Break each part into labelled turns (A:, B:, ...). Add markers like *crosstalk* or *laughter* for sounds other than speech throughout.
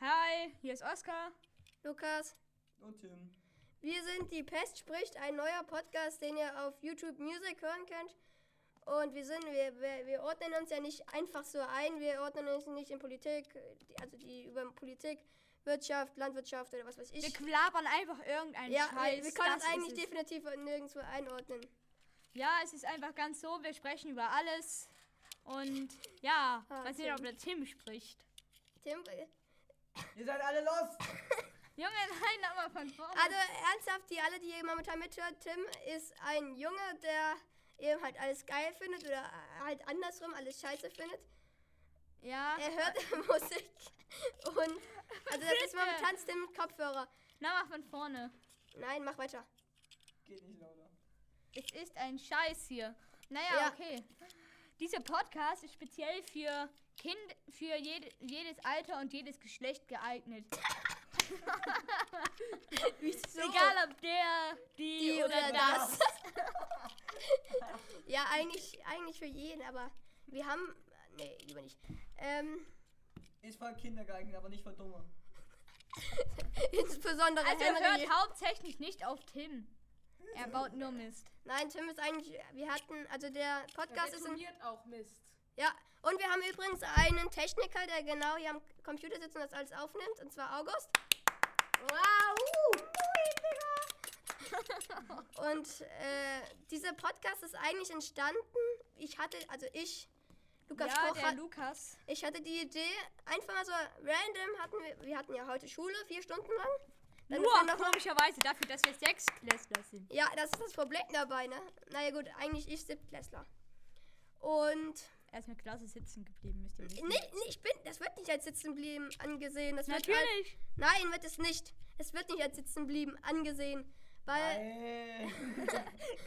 A: Hi, hier ist Oskar.
B: Lukas,
C: Und Tim.
B: wir sind die Pest spricht, ein neuer Podcast, den ihr auf YouTube Music hören könnt. Und wir sind, wir, wir, wir ordnen uns ja nicht einfach so ein, wir ordnen uns nicht in Politik, äh, die- also die über Politik, Wirtschaft, Landwirtschaft oder was weiß ich.
A: Wir klappern einfach irgendeinen
B: ja,
A: Scheiß.
B: wir, wir können
A: das
B: uns
A: ist
B: eigentlich
A: es.
B: definitiv nirgendwo einordnen.
A: Ja, es ist einfach ganz so, wir sprechen über alles. Und ja,
B: Ah,
A: mal sehen,
B: Tim.
A: ob der Tim spricht.
B: Tim, äh,
C: Ihr seid alle los!
A: Junge, *laughs* nein, nochmal von vorne.
B: also ernsthaft, die alle, die ihr momentan mithört, Tim ist ein Junge, der eben halt alles geil findet oder halt andersrum alles scheiße findet.
A: ja,
B: Er hört *laughs* Musik und also das ist momentan Stimmen mit Kopfhörer.
A: nochmal von vorne.
B: Nein, mach weiter.
C: Geht nicht lauter.
A: Es ist ein Scheiß hier. Naja,
B: Ja.
A: okay. Dieser Podcast ist speziell für Kind, für jede, jedes Alter und jedes Geschlecht geeignet.
B: Wieso?
A: Egal ob der, die,
B: Die
A: oder,
B: oder
A: das.
B: das. Ja, eigentlich, eigentlich für jeden, aber wir haben. Nee, lieber nicht. Ähm, *laughs*
C: Ist von Kinder geeignet, aber nicht von Dumme.
B: insbesondere
A: Also
B: Henry.
A: hört hauptsächlich nicht auf Tim. Er baut nur Mist.
B: Nein, Tim ist eigentlich. Wir hatten. Also der Podcast ist. Ein,
D: funktioniert auch Mist.
B: ja, und wir haben übrigens einen Techniker, der genau hier am Computer sitzt und das alles aufnimmt, und zwar August. Wow! *laughs* Und äh, dieser Podcast ist eigentlich entstanden. Ich hatte, also ich, Lukas
A: ja,
B: Koch,
A: der
B: hat,
A: Lukas.
B: ich hatte die Idee, einfach mal so random hatten wir, wir hatten ja heute Schule, vier Stunden lang. Dann
A: Nur
B: fehlen noch-
A: komischerweise dafür, dass wir Sechstklässler sind.
B: ja, das ist das Problem dabei, ne? Naja gut, eigentlich ich Siebtklässler. Und
A: Er ist mit Klasse sitzen geblieben, müsst ihr
B: nee,
A: wissen.
B: nee, ich bin, das wird nicht als sitzen blieben angesehen. Das wird als,
A: Natürlich.
B: nein, wird es nicht. Es wird nicht als sitzen blieben angesehen, weil Äh.
C: Nein.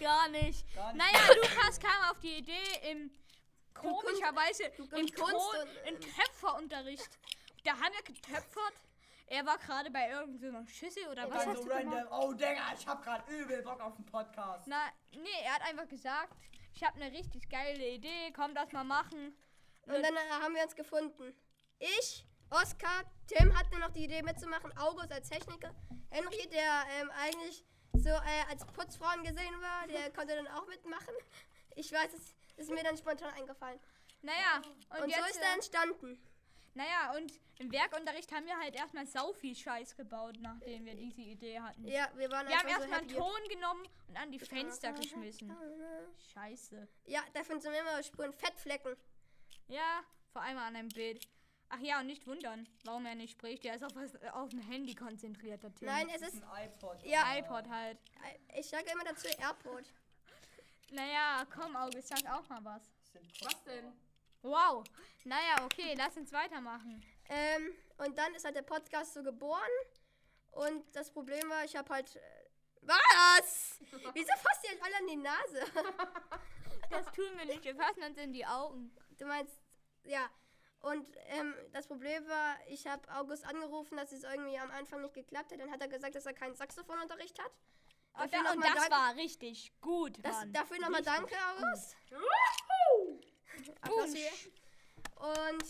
A: Gar nicht.
C: Gar nicht.
A: Naja, Lukas kam auf die Idee im komischerweise im
B: Kunst
A: Ton,
B: und-
A: im Töpferunterricht. Da haben wir getöpfert. Er war gerade bei irgendeiner Schüssel oder was
C: Dann
A: hast
C: so
A: du gemacht?
C: random. Oh, Digga, ich hab grad übel Bock auf den Podcast.
A: Na, nee, er hat einfach gesagt, ich habe eine richtig geile Idee, komm, lass mal machen.
B: Und dann äh, haben wir uns gefunden. Ich, Oskar, Tim hatte noch die Idee mitzumachen, August als Techniker, Henry, der ähm, eigentlich so äh, als Putzfrauen gesehen war, der konnte dann auch mitmachen. Ich weiß, es ist mir dann spontan eingefallen.
A: Naja,
B: Und,
A: und, jetzt,
B: so ist
A: äh,
B: er entstanden.
A: Naja, und im Werkunterricht haben wir halt erstmal sau viel Scheiß gebaut, nachdem wir diese Idee hatten.
B: Ja, also wir waren
A: Wir haben
B: einfach
A: erstmal einen
B: so happy.
A: Ton genommen und an die Fenster geschmissen. Scheiße.
B: Ja, davon sind immer Spuren. Fettflecken.
A: Ja, vor allem an einem Bild. Ach ja, und nicht wundern, warum er nicht spricht. Er ist auf, was, auf dem Handy konzentriert, der Tim.
B: Nein, es
C: Das
B: ist.
C: ist ein iPod.
B: Ja. äh,
A: iPod halt.
B: Ich sage immer dazu Airport.
A: Naja, komm, August, sag auch mal was.
C: Das sind
D: Was denn?
A: Wow. Naja, okay, lass uns weitermachen.
B: Ähm, und dann ist halt der Podcast so geboren. Und das Problem war, ich habe halt. äh,
A: *laughs*
B: Was? Wieso fasst ihr euch alle an die Nase? *laughs*
A: Das tun wir nicht. Wir fassen uns in die Augen.
B: Du meinst, ja. Und ähm, das Problem war, ich habe August angerufen, dass es irgendwie am Anfang nicht geklappt hat. Dann hat er gesagt, dass er keinen Saxophonunterricht hat.
A: Und,
B: Dafür
A: da, und
B: nochmal
A: das
B: danke-
A: war richtig gut,
B: Das,
A: Mann.
B: dafür nochmal
A: Richtig
B: danke, August. Applaus hier. Und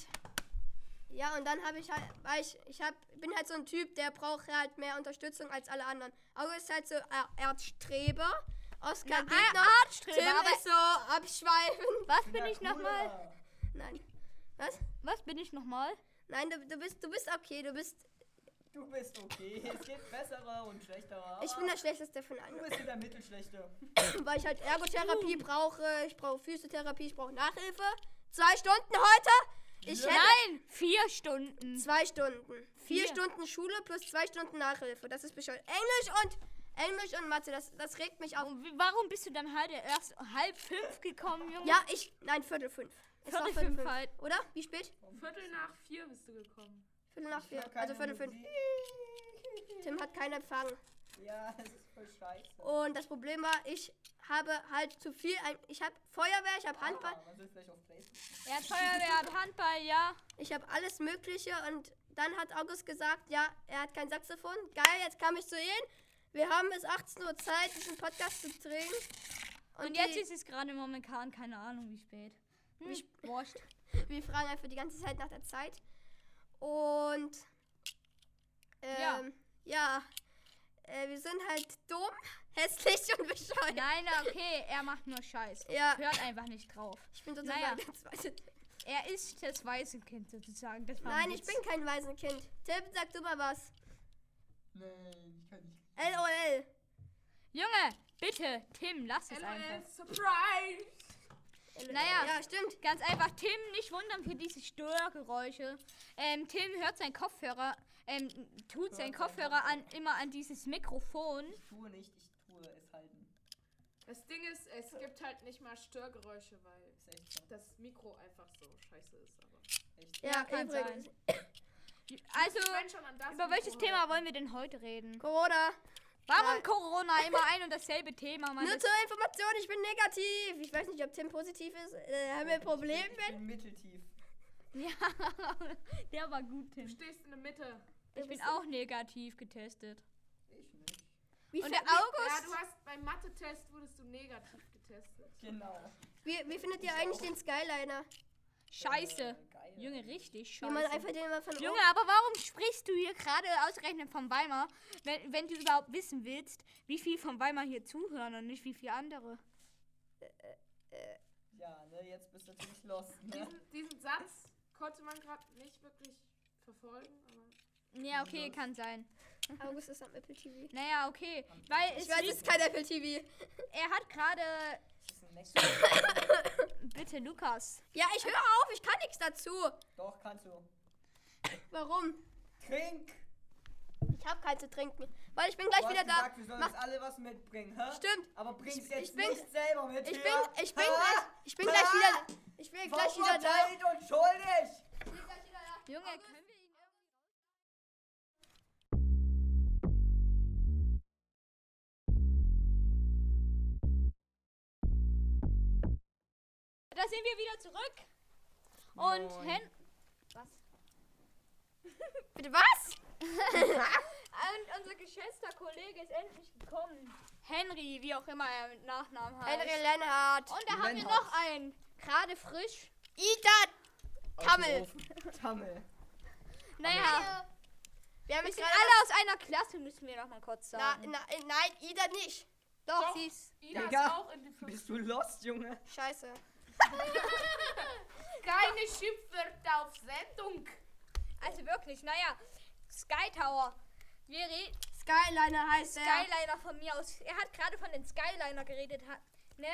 B: ja, und dann habe ich halt, war ich, ich hab, bin halt so ein Typ, der braucht halt mehr Unterstützung als alle anderen. August ist halt so äh, Erzstreber,
A: Na,
B: Oskar
A: Ar-
B: Gegner, Tim
A: Artstreber, aber
B: ist so abschweifen.
A: was bin ich nochmal?
B: *laughs* Nein. Was?
A: Was bin ich nochmal?
B: Nein, du, du bist, du bist okay, du bist,
C: Du bist okay. Es gibt bessere und schlechtere. aber
B: ich bin der Schlechteste von *laughs* allen.
C: Du bist hier der Mittelschlechte.
B: Weil ich halt Ergotherapie brauche, ich brauche Physiotherapie, ich brauche Nachhilfe. Zwei Stunden heute? Ich hätte
A: Nein, vier Stunden.
B: Zwei Stunden. Vier
A: Vier.
B: Stunden Schule plus zwei Stunden Nachhilfe. Das ist bescheuert. Englisch und Englisch und Mathe, das, das regt mich auf.
A: Und wie- Warum bist du dann halt erst halb fünf gekommen, Junge?
B: Ja, ich. Nein, Viertel fünf. Es war
A: Viertel fünf halt.
B: Oder? Wie spät?
D: Um Viertel nach vier bist du gekommen.
B: Viertel nach
C: Ich
B: vier.
C: hab keine
B: Also Viertel fünf.
C: Musik.
B: Tim hat Oh, keinen Empfang.
C: Ja, das ist voll scheiße.
B: Und das Problem war, ich habe halt zu viel. Ein, ich habe Feuerwehr, ich habe Handball,
C: Ah, man soll vielleicht auf Playstation.
A: Er hat Feuerwehr, hat Handball, ja.
B: ich habe alles Mögliche. Und dann hat August gesagt, ja, er hat kein Saxophon. Geil, jetzt kam ich zu Ihnen. Wir haben bis 18 Uhr Zeit, diesen Podcast zu drehen.
A: Und,
B: die-
A: jetzt ist es gerade momentan, keine Ahnung wie spät. Hm,
B: Wie sp-
A: wurscht.
B: Wir fragen einfach die ganze Zeit nach der Zeit. Und
A: Ja.
B: Ähm, ja. Äh, wir sind halt dumm, *laughs* hässlich und bescheuert.
A: Nein, okay, er macht nur Scheiß.
B: Ja,
A: Hört einfach nicht drauf.
B: ich bin sozusagen
A: Naja.
B: das zweite.
A: Er ist das weiße Kind sozusagen. Das war ein
B: Nein, ich
A: Witz.
B: bin kein Waisenkind. Tim, sag du mal was.
C: Nein, ich kann nicht.
B: LOL.
A: Junge, bitte, Tim, lass es
D: LOL,
A: einfach.
D: Surprise!
A: Naja.
B: Ja, stimmt.
A: Ganz einfach, Tim, nicht wundern für diese Störgeräusche. Ähm, Tim hört seinen Kopfhörer, ähm, tut seinen
C: Hört seinen
A: Kopfhörer an,
C: Kopfhörer.
A: immer an dieses Mikrofon.
C: Ich tue nicht, ich tue es halten.
D: Das Ding ist, es gibt halt nicht mal Störgeräusche, weil
C: Ist echt so.
D: das Mikro einfach so scheiße ist. Aber
C: Echt.
A: Ja,
B: Ja,
A: kann
B: übrigens.
A: Also,
D: Ich mein schon an das
A: über welches
D: Mikro
A: Thema
D: hören.
A: wollen wir denn heute reden?
B: Corona.
A: Warum
B: Äh, ne?
A: Corona immer ein und dasselbe Thema, Mann?
B: Nur
A: Das-
B: zur Information, ich bin negativ. Ich weiß nicht, ob Tim positiv ist. Äh, haben wir ein Problem
C: Ich bin, ich bin mitteltief.
A: Ja, der war gut,
D: Du
A: Tim.
D: stehst in der Mitte.
A: Ich bin auch negativ getestet.
C: Ich nicht.
B: Wie,
A: Und
B: fi-
A: der
D: Ja,
A: August?
D: du hast beim Mathe-Test wurdest du negativ getestet.
C: Genau.
B: wie, wie findet ihr eigentlich den Skyliner?
A: Scheiße.
C: Äh, geil.
A: Junge, richtig
B: Wie man
A: scheiße.
B: einfach den immer von
A: Junge, aber warum sprichst du hier gerade ausgerechnet vom Weimar, wenn, wenn du überhaupt wissen willst, wie viel vom Weimar hier zuhören und nicht wie viele andere?
C: Ja, ne, jetzt bist du natürlich lost, ne?
D: Diesen, diesen Satz konnte man gerade nicht wirklich verfolgen, aber
A: Ja, okay, kann sein.
B: oben. August ist am Apple TV.
A: Naja, okay. Weil es
B: Ich weiß,
A: liegt-
B: es ist kein Apple TV.
A: er hat gerade.
C: Das ist ein Nexus.
A: Bitte, Lukas.
B: Ja, ich höre auf, ich kann nichts dazu.
C: Doch, kannst du.
B: Warum?
C: Trink!
B: Ich habe keinen zu trinken. Weil ich bin gleich
C: du hast
B: wieder
C: gesagt,
B: da.
C: wir sollen
B: Mach-
C: uns alle was mitbringen, hä?
B: Stimmt.
C: Aber bring's
B: Ich-
C: jetzt
B: ich bin-
C: nicht selber mit.
B: Ich bin,
C: her.
B: ich bin
C: Ha?
B: gleich, ich bin gleich wieder da. Ich bin gleich wieder da.
C: Verurteilt und schuldig!
B: Ich bin gleich wieder da.
A: Junge,
B: August.
A: können wir ihn. Da sind wir wieder zurück. Und
C: Moin.
A: Hen
B: Bitte was?
A: Und unser geschätzter Kollege ist endlich gekommen. Henry, wie auch immer er mit Nachnamen heißt.
B: Henry Lennart.
A: Und da haben wir
C: Lennart.
A: noch einen. Gerade frisch.
B: Ida.
C: Aus
B: Tammel.
C: dem Ofen. Tammel.
A: Naja,
B: Ah. Wir haben
A: wir
B: jetzt
A: sind
B: gerade.
A: alle aus einer Klasse, müssen wir noch mal kurz
B: Na,
A: sagen.
B: na, äh, nein, Ida nicht.
A: Doch,
D: Doch.
A: sie ist.
D: Ida ist
C: Digga.
D: auch in die
C: Bist du lost, Junge?
B: Scheiße.
D: Keine Schimpfwörter auf Sendung.
A: Also wirklich, naja. Sky Tower. Wir reden
B: Skyliner heißt er.
A: Skyliner von mir aus. Er hat gerade von den Skyliner geredet, ha- ne?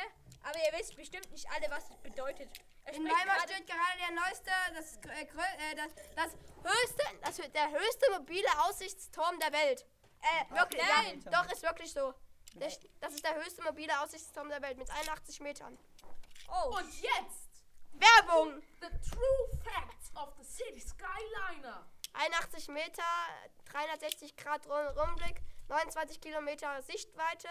A: Aber ihr wisst bestimmt nicht alle, was es bedeutet. Er
B: In
A: spricht
B: Weimar
A: gerade-
B: steht gerade der neueste, das, grö- äh, grö- äh, das, das höchste, das, hö- der höchste mobile Aussichtsturm der Welt. Äh, wirklich,
A: Nein.
B: ja, doch, ist wirklich so.
C: Nein.
B: Das, das ist der höchste mobile Aussichtsturm der Welt mit 81 Metern.
A: Oh,
D: Und jetzt
B: Werbung!
D: the true facts of the city skyliner.
B: 81 Meter, 360 Grad Rum- Rumblick, 29 Kilometer Sichtweite,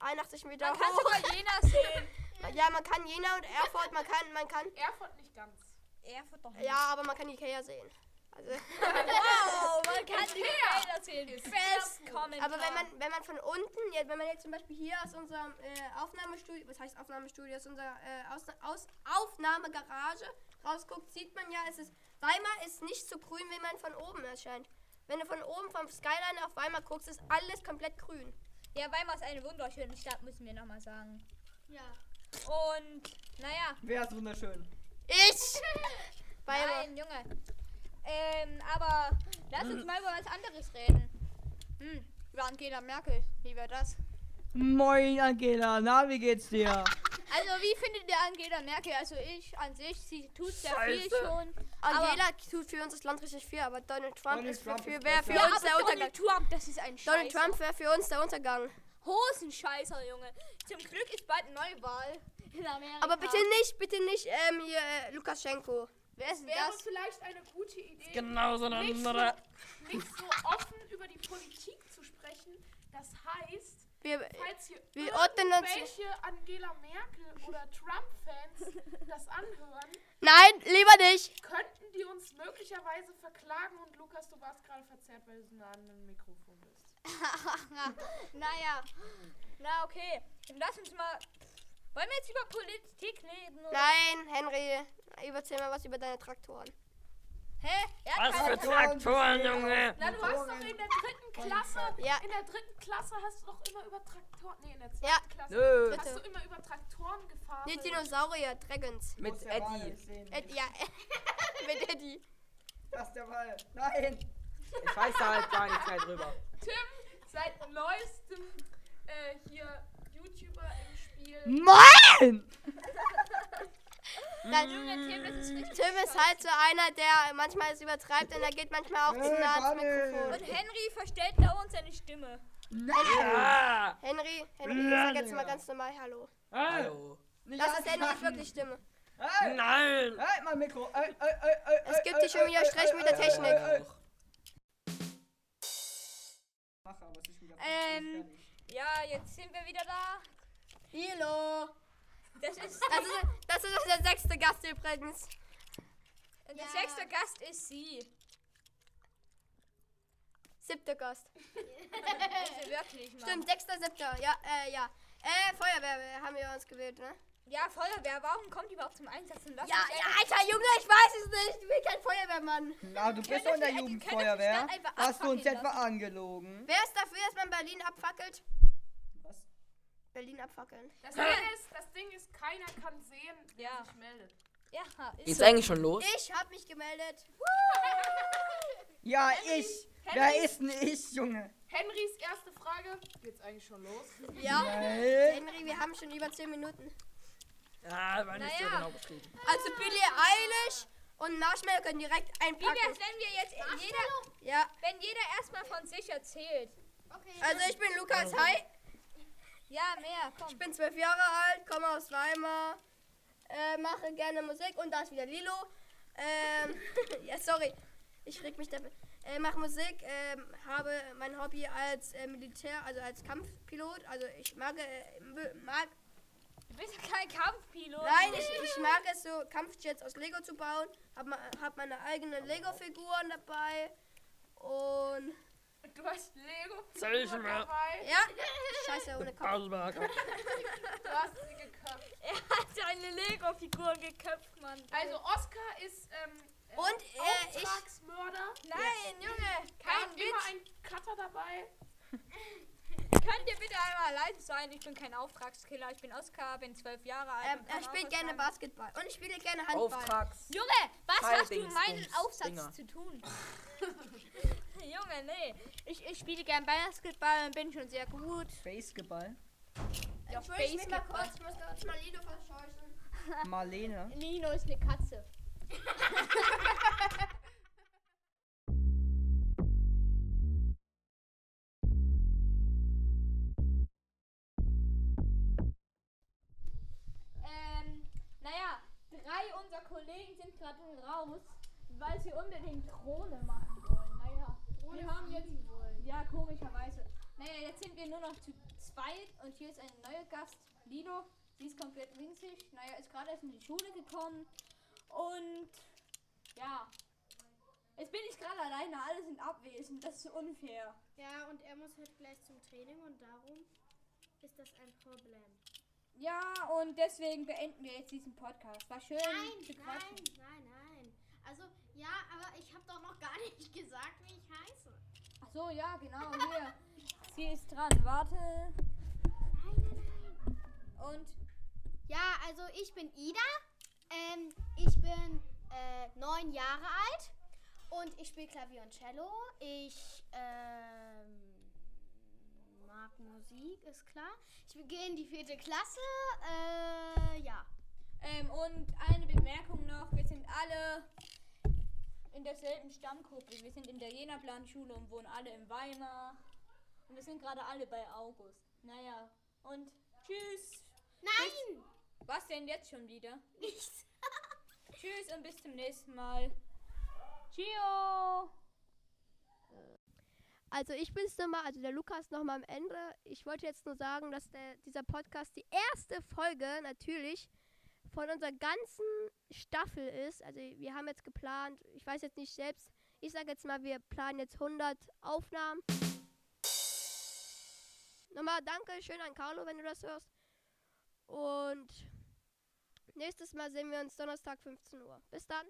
B: 81 Meter
A: man kann
B: hoch.
A: sogar Jena sehen.
B: *laughs* Ja, man kann Jena und Erfurt, man kann, man kann,
D: Erfurt nicht ganz.
A: Erfurt doch
B: ja, aber man kann Ikea sehen. Also,
A: Wow, Oh, man kann die
D: Ikea.
A: Bilder sehen.
D: Best
A: Kommentar.
B: aber wenn man, wenn man von unten, jetzt, wenn man jetzt zum Beispiel hier aus unserem äh, Aufnahmestudio, was heißt Aufnahmestudio, aus unserer äh, aus, aus Aufnahmegarage rausguckt, sieht man ja, es ist, Weimar ist nicht so grün, wie man von oben erscheint. Wenn du von oben vom Skyline auf Weimar guckst, ist alles komplett grün.
A: Ja, Weimar ist eine wunderschöne Stadt, müssen wir nochmal sagen.
B: Ja.
A: Und, naja,
C: Wer ist wunderschön?
B: Ich! Weimar.
A: nein, Junge. Ähm, aber lass uns mal über was anderes reden. Hm, über Angela Merkel. Wie wäre das?
C: Moin, Angela. Na, wie geht's dir?
A: Also, wie findet ihr Angela Merkel? Also, ich an sich, sie tut sehr viel
C: Scheiße.
A: schon.
B: Angela tut für uns das Land richtig viel, aber Donald Trump
C: Donald
B: ist für,
C: Trump
B: für,
C: ist
B: wäre
C: besser.
B: für
A: Ja,
B: uns der
A: aber
B: Untergang.
A: Donald Trump, das ist ein
B: Donald
A: Scheiß.
B: Trump wäre für uns der Untergang.
A: Hosenscheißer, Junge. Zum Glück ist bald Neuwahl in Amerika.
B: Aber bitte nicht, bitte nicht ähm, hier äh, Lukaschenko.
A: Wer ist denn
D: Wäre
A: das?
D: vielleicht eine gute Idee,
C: Genau so eine
D: nicht, so, nicht so offen über die Politik zu sprechen. Das heißt,
B: Wir,
D: falls hier
B: wir ordnen uns.
D: irgendwelche Angela Merkel oder Trump-Fans das anhören,
B: Nein, lieber nicht.
D: könnten die uns möglicherweise verklagen. Und Lukas, du warst gerade verzerrt, weil du nah an einem Mikrofon bist.
A: Naja, na okay. Dann lass uns mal. Wollen wir jetzt über Politik reden? Oder?
B: Nein, Henry, erzähl mal was über deine Traktoren.
A: Hä? Er hat
E: Was für
A: keine
E: Traktoren, Junge!
D: Na, du hast doch in der dritten Klasse,
B: Ja.
D: in der dritten Klasse hast du doch immer über Traktoren, nee, in der zweiten
B: Ja.
D: Klasse
E: Nö,
D: hast
B: Bitte.
D: du immer über Traktoren gefahren.
B: Nee, Dinosaurier, Dragons.
E: mit Eddie.
B: Ed,
A: *laughs*
B: ja, mit Eddie.
C: Das ist der Ball. Nein.
E: Ich weiß da halt gar nichts mehr drüber.
D: Tim, seit neuestem äh, hier YouTuber im Spiel.
A: Mann!
B: Dann, Tim ist halt so einer, der manchmal es übertreibt und er geht manchmal auch zu
C: Hey,
B: nah ans
C: Daniel.
A: Und
B: Mikrofon.
A: Henry verstellt dauernd seine Stimme.
E: Ja!
B: Henry, Henry, sag jetzt mal ganz normal Hallo.
E: Hallo.
C: Nicht
B: Das ist Henrys
C: anfassen.
B: wirklich Stimme.
C: Hey.
E: Nein!
C: Halt mein Mikro. Ey, ey, ey, ey,
B: Es
C: ey,
B: gibt
C: ey,
B: hier schon
C: ey,
B: wieder
C: ey,
B: Stress
C: ey,
B: mit der
C: ey,
B: Technik.
C: ey, ey, ey. Mache, äh. aber es ist schon wieder fast
A: Ähm,
C: alles fertig.
A: Ja, jetzt sind wir wieder da.
B: Hallo.
A: Das ist also,
B: Das ist, das ist unser sechster Gast übrigens.
A: der sechste Gast ist sie.
B: Siebter Gast.
A: Also wirklich, Mann.
B: Stimmt, sechster, siebter. Ja, äh, ja. Äh, Feuerwehr haben wir uns gewählt, ne?
A: Ja, Feuerwehr, warum kommt die überhaupt zum Einsatz? Und was
B: Ja,
A: ist
B: ja, Alter, Junge, ich weiß es nicht. Ich bin kein Feuerwehrmann.
C: Na, du bist doch in der
B: äh,
C: Jugendfeuerwehr. Hast du uns etwa angelogen?
B: Wer ist dafür, dass man Berlin abfackelt?
C: Was?
B: Berlin abfackeln.
D: Das Ding ist, das Ding ist, keiner kann sehen, wer
A: Ja.
D: sich meldet.
A: Ja, ist
E: Geht's
A: so.
E: eigentlich schon los?
B: Ich hab mich gemeldet.
C: Ja, ich. Wer ist denn ich, Junge?
D: Henrys erste Frage, geht's eigentlich schon los?
B: Ja.
C: Ey.
B: Henry, wir haben schon über 10 Minuten.
E: Ja, war nicht so
A: Naja.
E: genau beschrieben.
B: Also Billie Eilish und Marshmallow können direkt
A: Wie wär's,
B: einpacken.
A: wenn wir jetzt jeder,
B: Ja.
A: wenn jeder erstmal von sich erzählt?
B: Also ich bin Lukas, hi.
A: Ja, mehr, komm.
B: Ich bin 12 Jahre alt, komme aus Weimar, äh, mache gerne Musik und da ist wieder Lilo. Ähm, *laughs* ja, sorry, ich reg mich dabei. Äh, mache Musik, ähm, habe mein Hobby als äh, Militär, also als Kampfpilot. Also ich mag, äh, mag
A: Du bist ja kein Kampfpilot.
B: Nein, ich, ich mag es so, Kampfjets aus Lego zu bauen. Hab, ma, hab meine eigenen Lego-Figuren dabei. Und
D: Du hast Lego
E: Zeig
D: Figuren
E: mal.
D: dabei,
B: ja, scheiße, ohne Kopf.
E: Pausmarker.
D: du hast sie geköpft.
A: Er hat seine Lego-Figur geköpft, Mann.
D: Also Oscar ist ähm, äh,
B: Und äh, ich.
D: Auftragsmörder.
A: Nein, Junge,
D: Er
A: kein
D: hat immer
A: Witz.
D: einen Cutter dabei.
A: Könnt ihr bitte einmal leise sein? Ich bin kein Auftragskiller. Ich bin Oskar, bin zwölf Jahre alt.
B: Ähm,
A: und kann
B: er spielt
A: auch
B: gerne
A: was sagen.
B: Basketball. Und ich spiele gerne Handball.
E: Auftrags.
A: Junge, was
E: Teil
A: hast du mit
E: Dings,
A: meinem
E: Dings,
A: Aufsatz
E: Dinger.
A: zu tun? *laughs* Junge, nee. Ich, ich spiele gern Basketball und bin schon sehr gut.
C: Basketball.
A: Ja,
B: Entschuldige mich mal
A: Basketball.
B: kurz, ich muss kurz mal Lilo verscheuchen.
C: Marlene.
A: Nino ist eine Katze. *laughs* ähm, naja, drei unserer Kollegen sind gerade raus, weil sie unbedingt Krone machen wollen. Naja, Krone wir haben jetzt, ja, komischerweise. Naja, jetzt sind wir nur noch zu zweit und hier ist ein neuer Gast, Lido. Sie ist komplett winzig. Naja, ist gerade erst in die Schule gekommen. Und ja, jetzt bin ich gerade alleine, alle sind abwesend. Das ist so unfair.
F: Ja, und er muss halt gleich zum Training und darum ist das ein Problem.
A: Ja, und deswegen beenden wir jetzt diesen Podcast. War schön. zu quatschen.
F: nein, nein, nein. Also, ja, aber ich habe doch noch gar nicht *laughs* gesagt, wie ich heiße.
A: Ach so, ja, genau, hier. Sie ist dran, warte.
F: Nein, nein, nein.
A: Und
F: Ja, also ich bin Ida. Ähm, ich bin äh, neun Jahre alt und ich spiele Klavier und Cello. Ich ähm, mag Musik, ist klar. Ich gehe in die vierte Klasse. Äh, ja.
A: Ähm, und eine Bemerkung noch, wir sind alle in derselben Stammgruppe. Wir sind in der Jena-Planschule und wohnen alle in Weimar. Und wir sind gerade alle bei August. Naja, und tschüss.
F: Nein!
A: Was denn jetzt schon wieder?
F: Nichts.
A: Tschüss und bis zum nächsten Mal. Ciao.
B: Also ich bin's nochmal, also der Lukas nochmal am Ende. Ich wollte jetzt nur sagen, dass der, dieser Podcast die erste Folge natürlich von unserer ganzen Staffel ist. Also wir haben jetzt geplant, ich weiß jetzt nicht selbst, ich sage jetzt mal, wir planen jetzt 100 Aufnahmen. Nochmal danke schön an Carlo, wenn du das hörst. Und nächstes Mal sehen wir uns Donnerstag 15 Uhr. Bis dann.